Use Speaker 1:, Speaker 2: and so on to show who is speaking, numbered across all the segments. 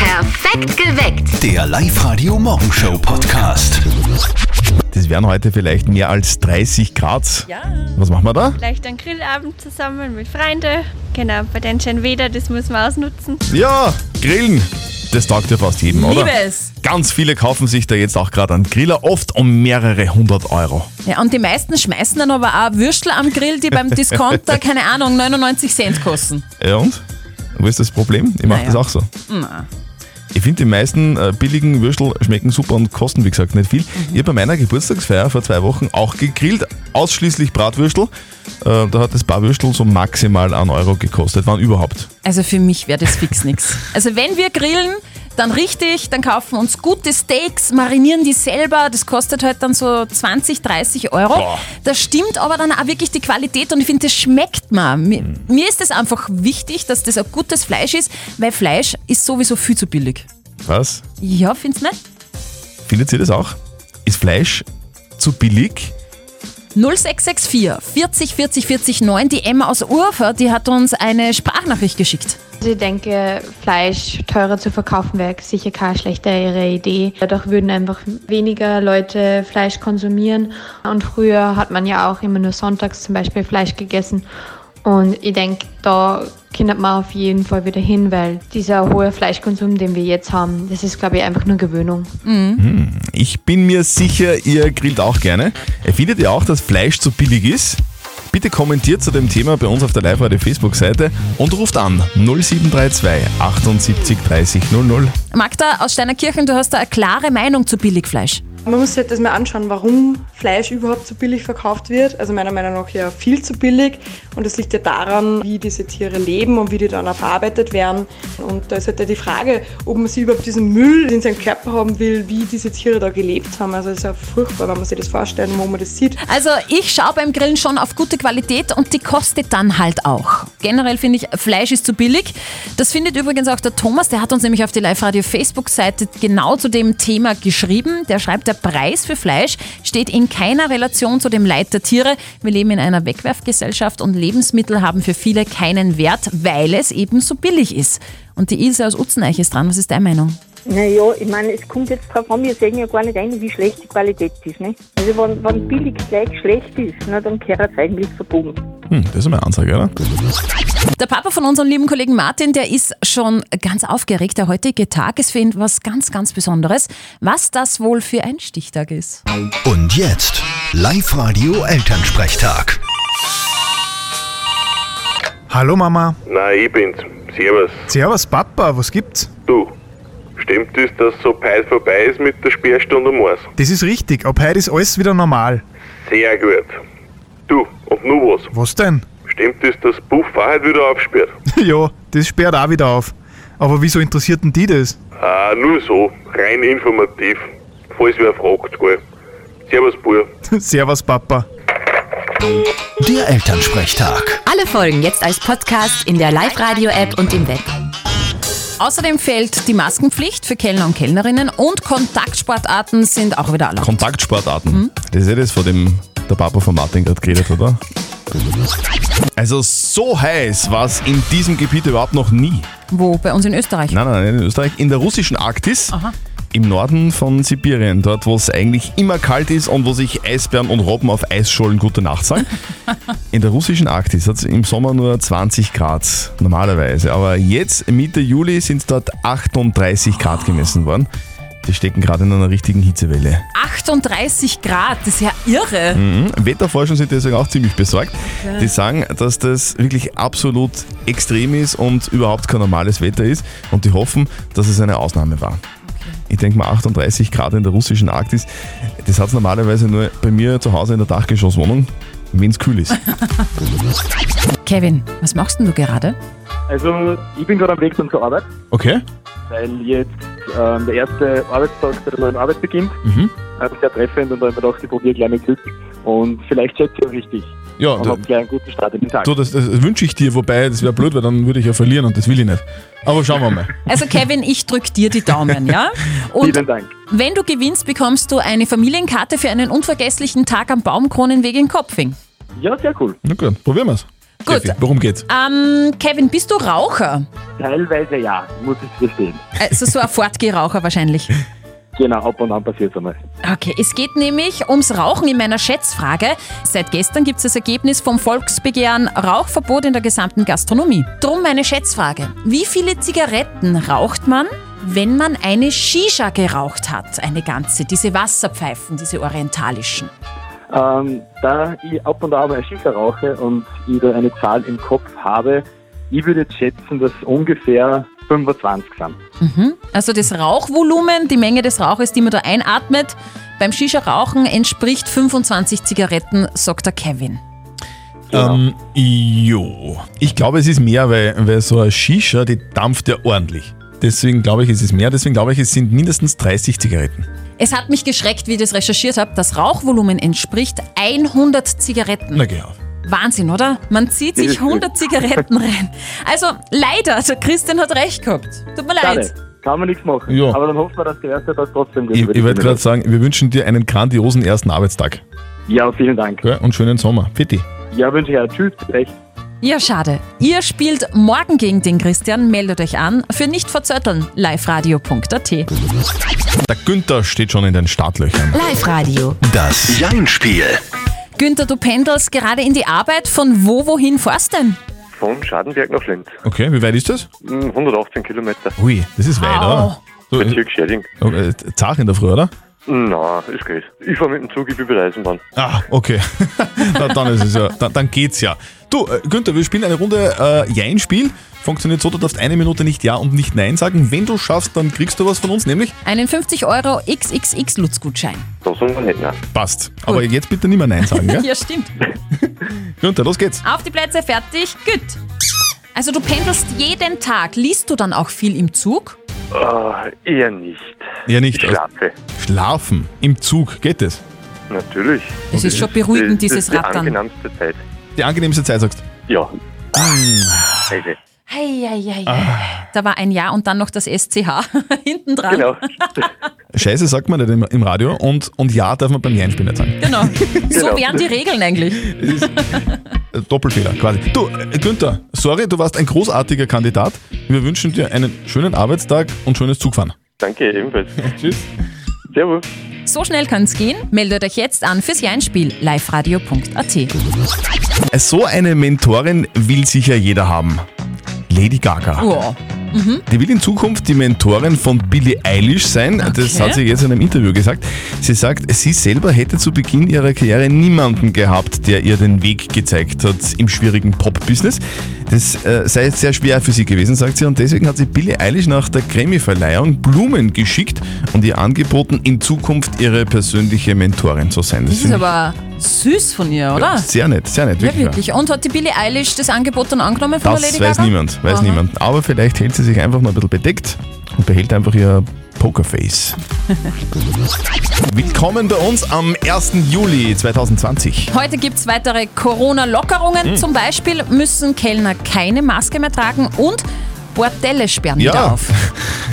Speaker 1: Perfekt geweckt.
Speaker 2: Der Live-Radio Morgenshow Podcast.
Speaker 3: Das wären heute vielleicht mehr als 30 Grad.
Speaker 4: Ja.
Speaker 3: Was machen wir da?
Speaker 5: Vielleicht einen Grillabend zusammen mit Freunden. Genau, bei den schönen Wetter, das muss man ausnutzen.
Speaker 3: Ja, Grillen. Das taugt ja fast jedem, oder?
Speaker 4: Liebe es.
Speaker 3: Ganz viele kaufen sich da jetzt auch gerade einen Griller, oft um mehrere hundert Euro.
Speaker 4: Ja, und die meisten schmeißen dann aber auch Würstel am Grill, die beim Discounter, keine Ahnung, 99 Cent kosten.
Speaker 3: Ja und? Wo ist das Problem? Ich mache
Speaker 4: Naja.
Speaker 3: das auch so.
Speaker 4: Na.
Speaker 3: Ich finde, die meisten äh, billigen Würstel schmecken super und kosten, wie gesagt, nicht viel.
Speaker 4: Mhm.
Speaker 3: Ich habe bei meiner Geburtstagsfeier vor zwei Wochen auch gegrillt, ausschließlich Bratwürstel. Äh, da hat das Paar Würstel so maximal einen Euro gekostet, wann überhaupt.
Speaker 4: Also für mich wäre das fix nix. Also wenn wir grillen, dann richtig, dann kaufen wir uns gute Steaks, marinieren die selber, das kostet halt dann so 20, 30 Euro.
Speaker 3: Boah.
Speaker 4: Das stimmt aber dann auch wirklich die Qualität und ich finde, das schmeckt man. Mir,
Speaker 3: Hm.
Speaker 4: mir ist es einfach wichtig, dass das ein gutes Fleisch ist, weil Fleisch ist sowieso viel zu billig.
Speaker 3: Was?
Speaker 4: Ja, findest du nicht?
Speaker 3: Findet ihr das auch? Ist Fleisch zu billig?
Speaker 4: 0664 40 40 40 9, die Emma aus Urfer, die hat uns eine Sprachnachricht geschickt.
Speaker 6: Also ich denke, Fleisch teurer zu verkaufen wäre sicher keine schlechtere Idee. Dadurch würden einfach weniger Leute Fleisch konsumieren. Und früher hat man ja auch immer nur sonntags zum Beispiel Fleisch gegessen. Und ich denke, da kindert man auf jeden Fall wieder hin, weil dieser hohe Fleischkonsum, den wir jetzt haben, das ist, glaube ich, einfach nur Gewöhnung.
Speaker 3: Ich bin mir sicher, ihr grillt auch gerne. Äh, Findet ihr auch, dass Fleisch zu billig ist? Bitte kommentiert zu dem Thema bei uns auf der Live-Radio Facebook-Seite und ruft an 0732 78 30 00.
Speaker 4: Magda aus Steinerkirchen, du hast da eine klare Meinung zu Billigfleisch.
Speaker 7: Man muss sich halt das mal anschauen, warum Fleisch überhaupt so billig verkauft wird. Also meiner Meinung nach ja viel zu billig. Und das liegt ja daran, wie diese Tiere leben und wie die dann auch verarbeitet werden. Und da ist halt ja die Frage, ob man sich überhaupt diesen Müll in seinem Körper haben will, wie diese Tiere da gelebt haben. Also das ist ja furchtbar, wenn man sich das vorstellen, wo man das sieht.
Speaker 4: Also ich schaue beim Grillen schon auf gute Qualität und die kostet dann halt auch. Generell finde ich, Fleisch ist zu billig. Das findet übrigens auch der Thomas, der hat uns nämlich auf die Live-Radio-Facebook-Seite genau zu dem Thema geschrieben. Der schreibt, der Preis für Fleisch steht in keiner Relation zu dem Leid der Tiere. Wir leben in einer Wegwerfgesellschaft und Lebensmittel haben für viele keinen Wert, weil es eben so billig ist. Und die Ilse aus Utzeneich ist dran. Was ist deine Meinung?
Speaker 8: Naja, ich meine, es kommt jetzt drauf an, wir sehen ja gar nicht ein, wie schlecht die Qualität ist. Ne? Also wenn, wenn billig gleich schlecht ist, na, dann gehört es eigentlich verboten.
Speaker 3: Hm, das ist eine Ansage, oder?
Speaker 4: Der Papa von unserem lieben Kollegen Martin, der ist schon ganz aufgeregt. Der heutige Tag ist für ihn was ganz, ganz Besonderes. Was das wohl für ein Stichtag ist?
Speaker 2: Und jetzt Live-Radio Elternsprechtag.
Speaker 9: Hallo Mama.
Speaker 10: Nein, ich bin's. Servus.
Speaker 9: Servus Papa, was gibt's?
Speaker 10: Du, stimmt es, dass so bald vorbei ist mit der Sperrstunde um eins?
Speaker 9: Das ist richtig, ab heute ist alles wieder normal.
Speaker 10: Sehr gut. Du, und nur was?
Speaker 9: Was denn?
Speaker 10: Stimmt es, dass Buff Wahrheit wieder aufsperrt?
Speaker 9: ja, das sperrt auch wieder auf. Aber wieso interessiert denn die das?
Speaker 10: Ah, nur so. Rein informativ. Falls wer fragt, gell. Servus, Bub.
Speaker 9: Servus Papa.
Speaker 2: Der Elternsprechtag.
Speaker 1: Alle Folgen jetzt als Podcast in der Live-Radio-App und im Web.
Speaker 4: Außerdem fällt die Maskenpflicht für Kellner und Kellnerinnen und Kontaktsportarten sind auch wieder erlaubt.
Speaker 3: Kontaktsportarten. Das ist ja das, von dem der Papa von Martin gerade geredet, hat, oder? Also so heiß war es in diesem Gebiet überhaupt noch nie.
Speaker 4: Wo? Bei uns in Österreich?
Speaker 3: Nein, nein, nein, in Österreich, in der russischen Arktis.
Speaker 4: Aha.
Speaker 3: Im Norden von Sibirien, dort wo es eigentlich immer kalt ist und wo sich Eisbären und Robben auf Eisschollen gute Nacht sagen. In der russischen Arktis hat es im Sommer nur 20 Grad normalerweise, aber jetzt Mitte Juli sind es dort 38 Grad gemessen worden. Die stecken gerade in einer richtigen Hitzewelle.
Speaker 4: 38 Grad, das ist ja irre.
Speaker 3: Wetterforscher sind deswegen auch ziemlich besorgt. Die sagen, dass das wirklich absolut extrem ist und überhaupt kein normales Wetter ist und die hoffen, dass es eine Ausnahme war. Ich denke mal 38 Grad in der russischen Arktis, das hat es normalerweise nur bei mir zu Hause in der Dachgeschosswohnung, wenn es kühl ist.
Speaker 4: Kevin, was machst denn du gerade?
Speaker 11: Also, ich bin gerade am Weg dann zur Arbeit,
Speaker 3: Okay.
Speaker 11: weil jetzt ähm, der erste Arbeitstag bei der neuen Arbeit beginnt.
Speaker 3: Mhm.
Speaker 12: Äh,
Speaker 11: Also sehr treffend und da habe ich mir gedacht, ich probiere gleich mein Glück. Und vielleicht schätze ich auch richtig
Speaker 3: Ja,
Speaker 11: und habe gleich einen guten Start in den Tag.
Speaker 3: du, das, das wünsche ich dir, wobei das wäre blöd, weil dann würde ich ja verlieren und das will ich nicht. Aber schauen wir mal.
Speaker 4: Also Kevin, ich drück dir die Daumen, ja? Und
Speaker 11: Vielen Dank.
Speaker 4: wenn du gewinnst, bekommst du eine Familienkarte für einen unvergesslichen Tag am Baumkronenweg in Kopfing.
Speaker 11: Ja, sehr cool.
Speaker 3: Na gut, probieren wir's.
Speaker 4: Gut.
Speaker 3: Steffi, worum geht's?
Speaker 4: Ähm, Kevin, bist du Raucher?
Speaker 12: Teilweise ja, muss ich gestehen.
Speaker 4: Also so ein Fortgehraucher wahrscheinlich.
Speaker 12: Genau, ab und an passiert es einmal.
Speaker 4: Okay, es geht nämlich ums Rauchen in meiner Schätzfrage. Seit gestern gibt es das Ergebnis vom Volksbegehren Rauchverbot in der gesamten Gastronomie. Drum meine Schätzfrage. Wie viele Zigaretten raucht man, wenn man eine Shisha geraucht hat? Eine ganze, diese Wasserpfeifen, diese orientalischen.
Speaker 12: Ähm, da ich ab und an mal Shisha rauche und ich da eine Zahl im Kopf habe, ich würde jetzt schätzen, dass ungefähr 25 sind.
Speaker 4: Mhm. Also das Rauchvolumen, die Menge des Rauches, die man da einatmet, beim Shisha-Rauchen entspricht 25 Zigaretten, sagt der Kevin.
Speaker 12: Genau.
Speaker 3: Ähm, jo. Ich glaube, es ist mehr, weil, weil so eine Shisha, die dampft ja ordentlich. Deswegen glaube ich, es ist mehr. Deswegen glaube ich, es sind mindestens 30 Zigaretten.
Speaker 4: Es hat mich geschreckt, wie ich das recherchiert habe. Das Rauchvolumen entspricht 100 Zigaretten.
Speaker 3: Na, geh auf.
Speaker 4: Wahnsinn, oder? Man zieht sich 100 Zigaretten rein. Also leider, der Christian hat recht gehabt. Tut mir leid.
Speaker 12: Schade, kann man nichts machen.
Speaker 3: Ja.
Speaker 12: Aber dann hoffen wir, dass der erste das trotzdem Genau.
Speaker 3: Ich,
Speaker 12: würde
Speaker 3: ich wollte
Speaker 12: mir
Speaker 3: gerade sagen, wir wünschen dir einen grandiosen ersten Arbeitstag.
Speaker 12: Ja, vielen Dank.
Speaker 3: Ja, und schönen Sommer. Fitti.
Speaker 12: wünschen. Ja, wünsche ich euch. Tschüss, recht.
Speaker 4: Ja, schade. Ihr spielt morgen gegen den Christian. Meldet euch an für nicht verzötteln. liveradio.at.
Speaker 3: Der Günther steht schon in den Startlöchern.
Speaker 4: Live Radio.
Speaker 3: Das Jein-Spiel.
Speaker 4: Günther, du pendelst gerade in die Arbeit. Von wo wohin fährst denn?
Speaker 13: Von Schadenberg nach Linz.
Speaker 3: Okay, wie weit ist das?
Speaker 13: Hm, 118 Kilometer.
Speaker 3: Ui, das ist weit,
Speaker 4: Au.
Speaker 3: oder? So,
Speaker 13: Bezirk Schäding.
Speaker 3: Okay, Zach in der Früh, oder?
Speaker 13: Na, es geht. Ich fahre mit dem Zug, ich bin bei der Eisenbahn.
Speaker 3: Ah, okay. Na, dann ist es ja, dann, dann geht's ja. Du, äh, Günther, wir spielen eine Runde äh, Jein-Spiel. Funktioniert so, du darfst eine Minute nicht Ja und nicht Nein sagen. Wenn du schaffst, dann kriegst du was von uns, nämlich
Speaker 4: Einen 50 Euro XXX-Lutz-Gutschein.
Speaker 3: Das soll man nicht, ne? Passt. Aber jetzt bitte nicht mehr Nein sagen, gell?
Speaker 4: ja, stimmt.
Speaker 3: Günther, los geht's.
Speaker 4: Auf die Plätze, fertig, gut. Also du pendelst jeden Tag. Liest du dann auch viel im Zug?
Speaker 13: Äh, eher nicht.
Speaker 3: Ja, nicht. also-
Speaker 13: Ich schlafe.
Speaker 3: Schlafen im Zug, geht das?
Speaker 13: Natürlich.
Speaker 4: Es ist schon
Speaker 12: Äh,
Speaker 4: beruhigend,
Speaker 13: Das-
Speaker 4: dieses
Speaker 13: das ist
Speaker 4: Rattern.
Speaker 12: genau.
Speaker 13: Die angenehmste Zeit.
Speaker 3: Die angenehmste Zeit, sagst
Speaker 13: Ja.
Speaker 3: Hm.
Speaker 4: Hei, hei, hei. Da war ein Ja und dann noch das SCH hinten dran.
Speaker 3: Genau. Scheiße sagt man nicht im, im Radio und, und Ja darf man beim Jein-Spiel nicht sagen.
Speaker 4: Genau. So
Speaker 3: Genau.
Speaker 4: wären die Regeln eigentlich.
Speaker 3: Äh, Doppelfehler quasi. Du, äh, Günther, sorry, du warst ein großartiger Kandidat. Wir wünschen dir einen schönen Arbeitstag und schönes Zugfahren.
Speaker 13: Danke, ebenfalls.
Speaker 3: Tschüss.
Speaker 13: Servus.
Speaker 4: So schnell kann's gehen. Meldet euch jetzt an fürs Jeinspiel liveradio.at.
Speaker 3: So eine Mentorin will sicher jeder haben. Lady Gaga.
Speaker 4: Ja. Mhm.
Speaker 3: Die will in Zukunft die Mentorin von Billie Eilish sein. Das
Speaker 4: Okay.
Speaker 3: hat sie jetzt in einem Interview gesagt. Sie sagt, sie selber hätte zu Beginn ihrer Karriere niemanden gehabt, der ihr den Weg gezeigt hat im schwierigen Pop-Business. Das äh, sei sehr schwer für sie gewesen, sagt sie. Und deswegen hat sie Billie Eilish nach der Grammy-Verleihung Blumen geschickt und ihr angeboten, in Zukunft ihre persönliche Mentorin zu sein.
Speaker 4: Das ist
Speaker 3: finde
Speaker 4: aber süß von ihr,
Speaker 3: ich-
Speaker 4: oder?
Speaker 3: Hm. Ja, sehr nett, sehr nett.
Speaker 4: Ja,
Speaker 3: Wirklich.
Speaker 4: wirklich. Und hat die Billie Eilish das Angebot dann angenommen von
Speaker 3: Das
Speaker 4: der Lady
Speaker 3: weiß
Speaker 4: Gaga?
Speaker 3: niemand, weiß
Speaker 4: Aha.
Speaker 3: niemand. Aber vielleicht hält sie sich einfach noch ein bisschen bedeckt und behält einfach ihr Pokerface. Willkommen bei uns am 1. Juli 2020.
Speaker 4: Heute gibt es weitere Corona-Lockerungen.
Speaker 3: Mhm.
Speaker 4: Zum Beispiel müssen Kellner keine Maske mehr tragen und Bordelle sperren wieder
Speaker 3: Ja,
Speaker 4: auf.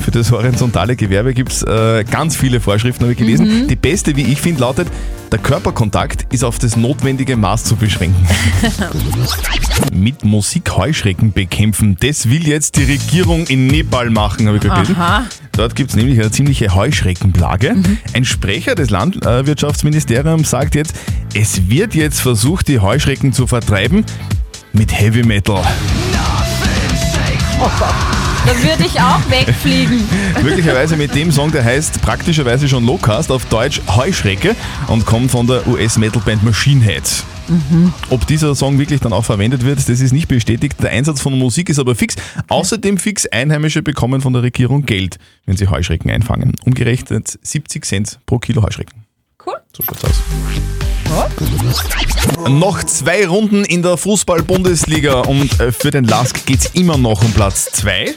Speaker 3: für das horizontale Gewerbe gibt es äh, ganz viele Vorschriften, habe ich gelesen.
Speaker 4: Mhm.
Speaker 3: Die beste, wie ich finde, lautet, der Körperkontakt ist auf das notwendige Maß zu beschränken. Mit Musik Heuschrecken bekämpfen, das will jetzt die Regierung in Nepal machen, habe ich gerade gelesen.
Speaker 4: Aha. Mhm.
Speaker 3: Dort gibt es nämlich eine ziemliche Heuschreckenplage. Ein Sprecher des Landwirtschaftsministeriums sagt jetzt, es wird jetzt versucht, die Heuschrecken zu vertreiben mit Heavy Metal.
Speaker 4: Da würde ich auch wegfliegen.
Speaker 3: Möglicherweise mit dem Song, der heißt praktischerweise schon Lowcast, auf Deutsch Heuschrecke und kommt von der US-Metal-Band Machine Head.
Speaker 14: Mhm.
Speaker 3: Ob dieser Song wirklich dann auch verwendet wird, das ist nicht bestätigt. Der Einsatz von Musik ist aber fix. Außerdem fix, Einheimische bekommen von der Regierung Geld, wenn sie Heuschrecken einfangen. Umgerechnet 70 Cent pro Kilo Heuschrecken.
Speaker 4: Cool.
Speaker 3: So schaut's aus. Noch zwei Runden in der Fußball-Bundesliga und äh, für den Lask geht's immer noch um Platz zwei.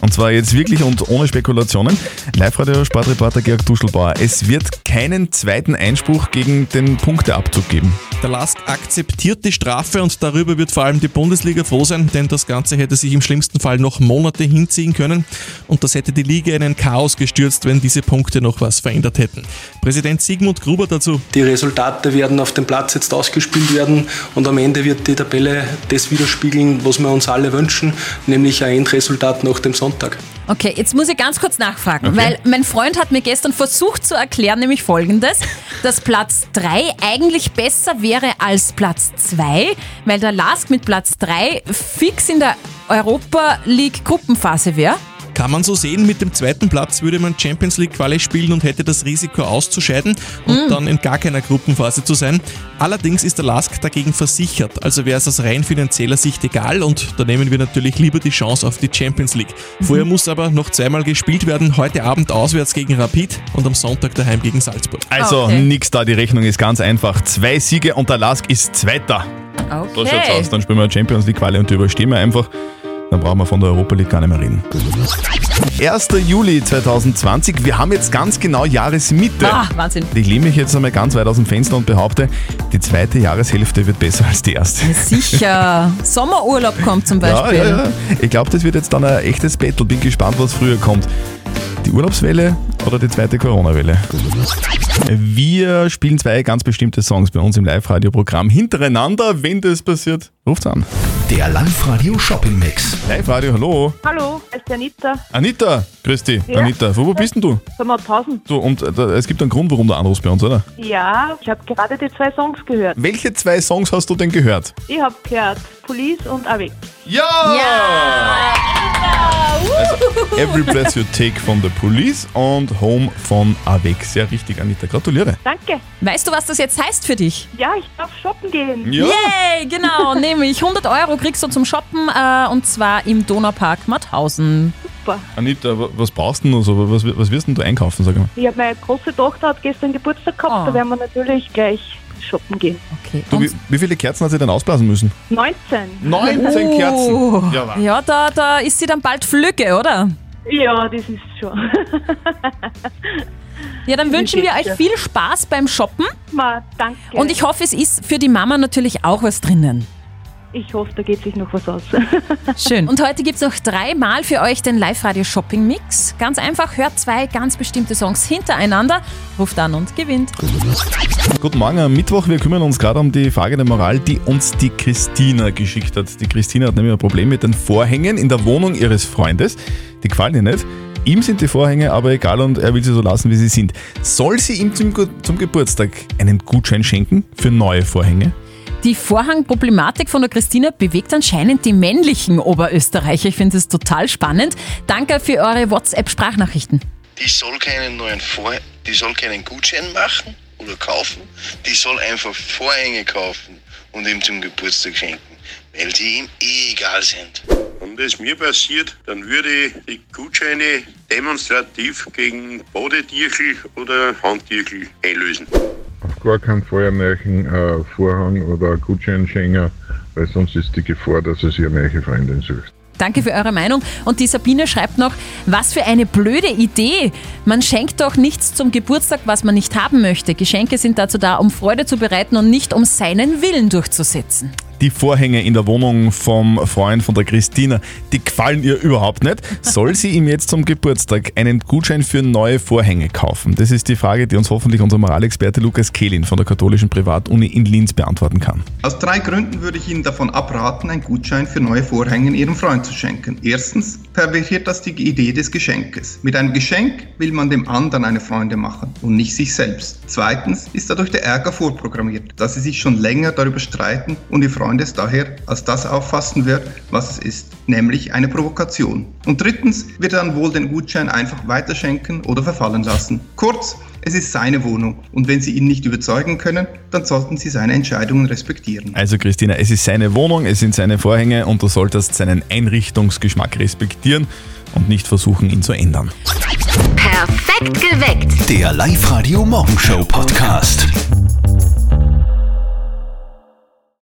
Speaker 3: Und zwar jetzt wirklich und ohne Spekulationen. Live-Radio-Sportreporter Georg Duschelbauer. Es wird keinen zweiten Einspruch gegen den Punkteabzug geben.
Speaker 12: Der Lask akzeptiert die Strafe und darüber wird vor allem die Bundesliga froh sein, denn das Ganze hätte sich im schlimmsten Fall noch Monate hinziehen können und das hätte die Liga in ein Chaos gestürzt, wenn diese Punkte noch was verändert hätten. Präsident Sigmund Gruber dazu.
Speaker 15: Die Resultate werden auf dem Platz jetzt ausgespielt werden und am Ende wird die Tabelle das widerspiegeln, was wir uns alle wünschen, nämlich ein Endresultat nach dem Sonntag.
Speaker 4: Okay, jetzt muss ich ganz kurz nachfragen, okay. weil mein Freund hat mir gestern versucht zu erklären, nämlich folgendes, dass Platz 3 eigentlich besser wäre als Platz 2, weil der Lask mit Platz 3 fix in der Europa League Gruppenphase wäre.
Speaker 12: Kann man so sehen, mit dem zweiten Platz würde man Champions League Quali spielen und hätte das Risiko auszuscheiden und mm. dann in gar keiner Gruppenphase zu sein. Allerdings ist der Lask dagegen versichert, also wäre es aus rein finanzieller Sicht egal und da nehmen wir natürlich lieber die Chance auf die Champions League. Vorher mhm. muss aber noch zweimal gespielt werden, heute Abend auswärts gegen Rapid und am Sonntag daheim gegen Salzburg.
Speaker 3: Also okay. nix da, die Rechnung ist ganz einfach. Zwei Siege und der Lask ist Zweiter.
Speaker 4: Okay.
Speaker 3: So schaut's aus, dann spielen wir Champions League Quali und überstehen wir einfach dann brauchen wir von der Europa League gar nicht mehr reden. 1. Juli 2020, wir haben jetzt ganz genau Jahresmitte.
Speaker 4: Ah, Wahnsinn.
Speaker 3: Ich lehne mich jetzt einmal ganz weit aus dem Fenster und behaupte, die zweite Jahreshälfte wird besser als die erste.
Speaker 4: Sicher. Sommerurlaub kommt zum Beispiel.
Speaker 3: Ja, ja, ja. Ich glaube, das wird jetzt dann ein echtes Battle. Bin gespannt, was früher kommt. Die Urlaubswelle oder die zweite Corona-Welle? Wir spielen zwei ganz bestimmte Songs bei uns im Live-Radio-Programm hintereinander. Wenn das passiert, ruft's an.
Speaker 2: Der Live-Radio Shopping Mix.
Speaker 3: Live-Radio, hallo.
Speaker 16: Hallo, es ist die Anita.
Speaker 3: Anita, grüß dich. Ja. Anita, von wo bist denn du?
Speaker 16: Von Mauthausen.
Speaker 3: So, und äh, es gibt einen Grund, warum du anrufst bei uns, oder?
Speaker 16: Ja, ich habe gerade die zwei Songs gehört.
Speaker 3: Welche zwei Songs hast du denn gehört?
Speaker 16: Ich habe gehört Police und Avec.
Speaker 3: Ja!
Speaker 4: ja!
Speaker 3: Also, Every Breath You Take von The Police und Home von Avec. Sehr richtig, Anita. Gratuliere.
Speaker 16: Danke.
Speaker 4: Weißt du, was das jetzt heißt für dich?
Speaker 16: Ja, ich darf shoppen gehen.
Speaker 4: Ja. Yay, genau. Nämlich 100 Euro kriegst du zum Shoppen äh, und zwar im Donaupark Mauthausen.
Speaker 16: Super.
Speaker 3: Anita, was brauchst du denn so? Was, was wirst denn du einkaufen, sag mal?
Speaker 16: Ja, meine große Tochter hat gestern Geburtstag gehabt,
Speaker 4: Ah.
Speaker 16: oh. da werden wir natürlich gleich shoppen gehen.
Speaker 4: Okay.
Speaker 3: Du, wie, wie, viele Kerzen hat sie denn ausblasen müssen?
Speaker 16: 19.
Speaker 3: 19 oh. Kerzen?
Speaker 4: Ja, ja, da, da ist sie dann bald Flügge, oder?
Speaker 16: Ja, das ist schon.
Speaker 4: Ja, dann wünschen wir euch viel Spaß beim Shoppen.
Speaker 16: Ma, danke.
Speaker 4: Und ich hoffe, es ist für die Mama natürlich auch was drinnen.
Speaker 16: Ich hoffe, da geht sich noch was aus.
Speaker 4: Schön. Und heute gibt es noch dreimal für euch den Live-Radio-Shopping-Mix. Ganz einfach, hört zwei ganz bestimmte Songs hintereinander, ruft an und gewinnt.
Speaker 3: Guten Morgen am Mittwoch. Wir kümmern uns gerade um die Frage der Moral, die uns die Christina geschickt hat. Die Christina hat nämlich ein Problem mit den Vorhängen in der Wohnung ihres Freundes. Die gefallen ihr nicht. Ihm sind die Vorhänge aber egal und er will sie so lassen, wie sie sind. Soll sie ihm zum, zum Geburtstag einen Gutschein schenken für neue Vorhänge?
Speaker 4: Die Vorhangproblematik von der Christina bewegt anscheinend die männlichen Oberösterreicher. Ich finde es total spannend. Danke für eure WhatsApp-Sprachnachrichten.
Speaker 17: Die soll keinen neuen Vor die soll keinen Gutschein machen oder kaufen. Die soll einfach Vorhänge kaufen und ihm zum Geburtstag schenken, weil die ihm eh egal sind.
Speaker 10: Wenn das mir passiert, dann würde ich die Gutscheine demonstrativ gegen Bodetierschel oder Handtierschel einlösen.
Speaker 18: Auf gar keinen Fall einen äh, Vorhang oder Gutscheinschenger, weil sonst ist die Gefahr, dass es ihr neue Freundin sucht.
Speaker 4: Danke für eure Meinung. Und die Sabine schreibt noch, was für eine blöde Idee. Man schenkt doch nichts zum Geburtstag, was man nicht haben möchte. Geschenke sind dazu da, um Freude zu bereiten und nicht um seinen Willen durchzusetzen.
Speaker 3: Die Vorhänge in der Wohnung vom Freund von der Christina, die gefallen ihr überhaupt nicht. Soll sie ihm jetzt zum Geburtstag einen Gutschein für neue Vorhänge kaufen? Das ist die Frage, die uns hoffentlich unser Moralexperte Lukas Kehlin von der katholischen Privatuni in Linz beantworten kann.
Speaker 19: Aus drei Gründen würde ich Ihnen davon abraten, einen Gutschein für neue Vorhänge Ihrem Freund zu schenken. Erstens pervertiert das die Idee des Geschenkes. Mit einem Geschenk will man dem anderen eine Freunde machen und nicht sich selbst. Zweitens ist dadurch der Ärger vorprogrammiert, dass sie sich schon länger darüber streiten und die Freunde Freundes daher als das auffassen wird, was es ist, nämlich eine Provokation. Und drittens wird er dann wohl den Gutschein einfach weiterschenken oder verfallen lassen. Kurz, es ist seine Wohnung und wenn Sie ihn nicht überzeugen können, dann sollten Sie seine Entscheidungen respektieren.
Speaker 3: Also Christina, es ist seine Wohnung, es sind seine Vorhänge und du solltest seinen Einrichtungsgeschmack respektieren und nicht versuchen, ihn zu ändern.
Speaker 1: Perfekt geweckt.
Speaker 2: Der Live-Radio Morgenshow Podcast.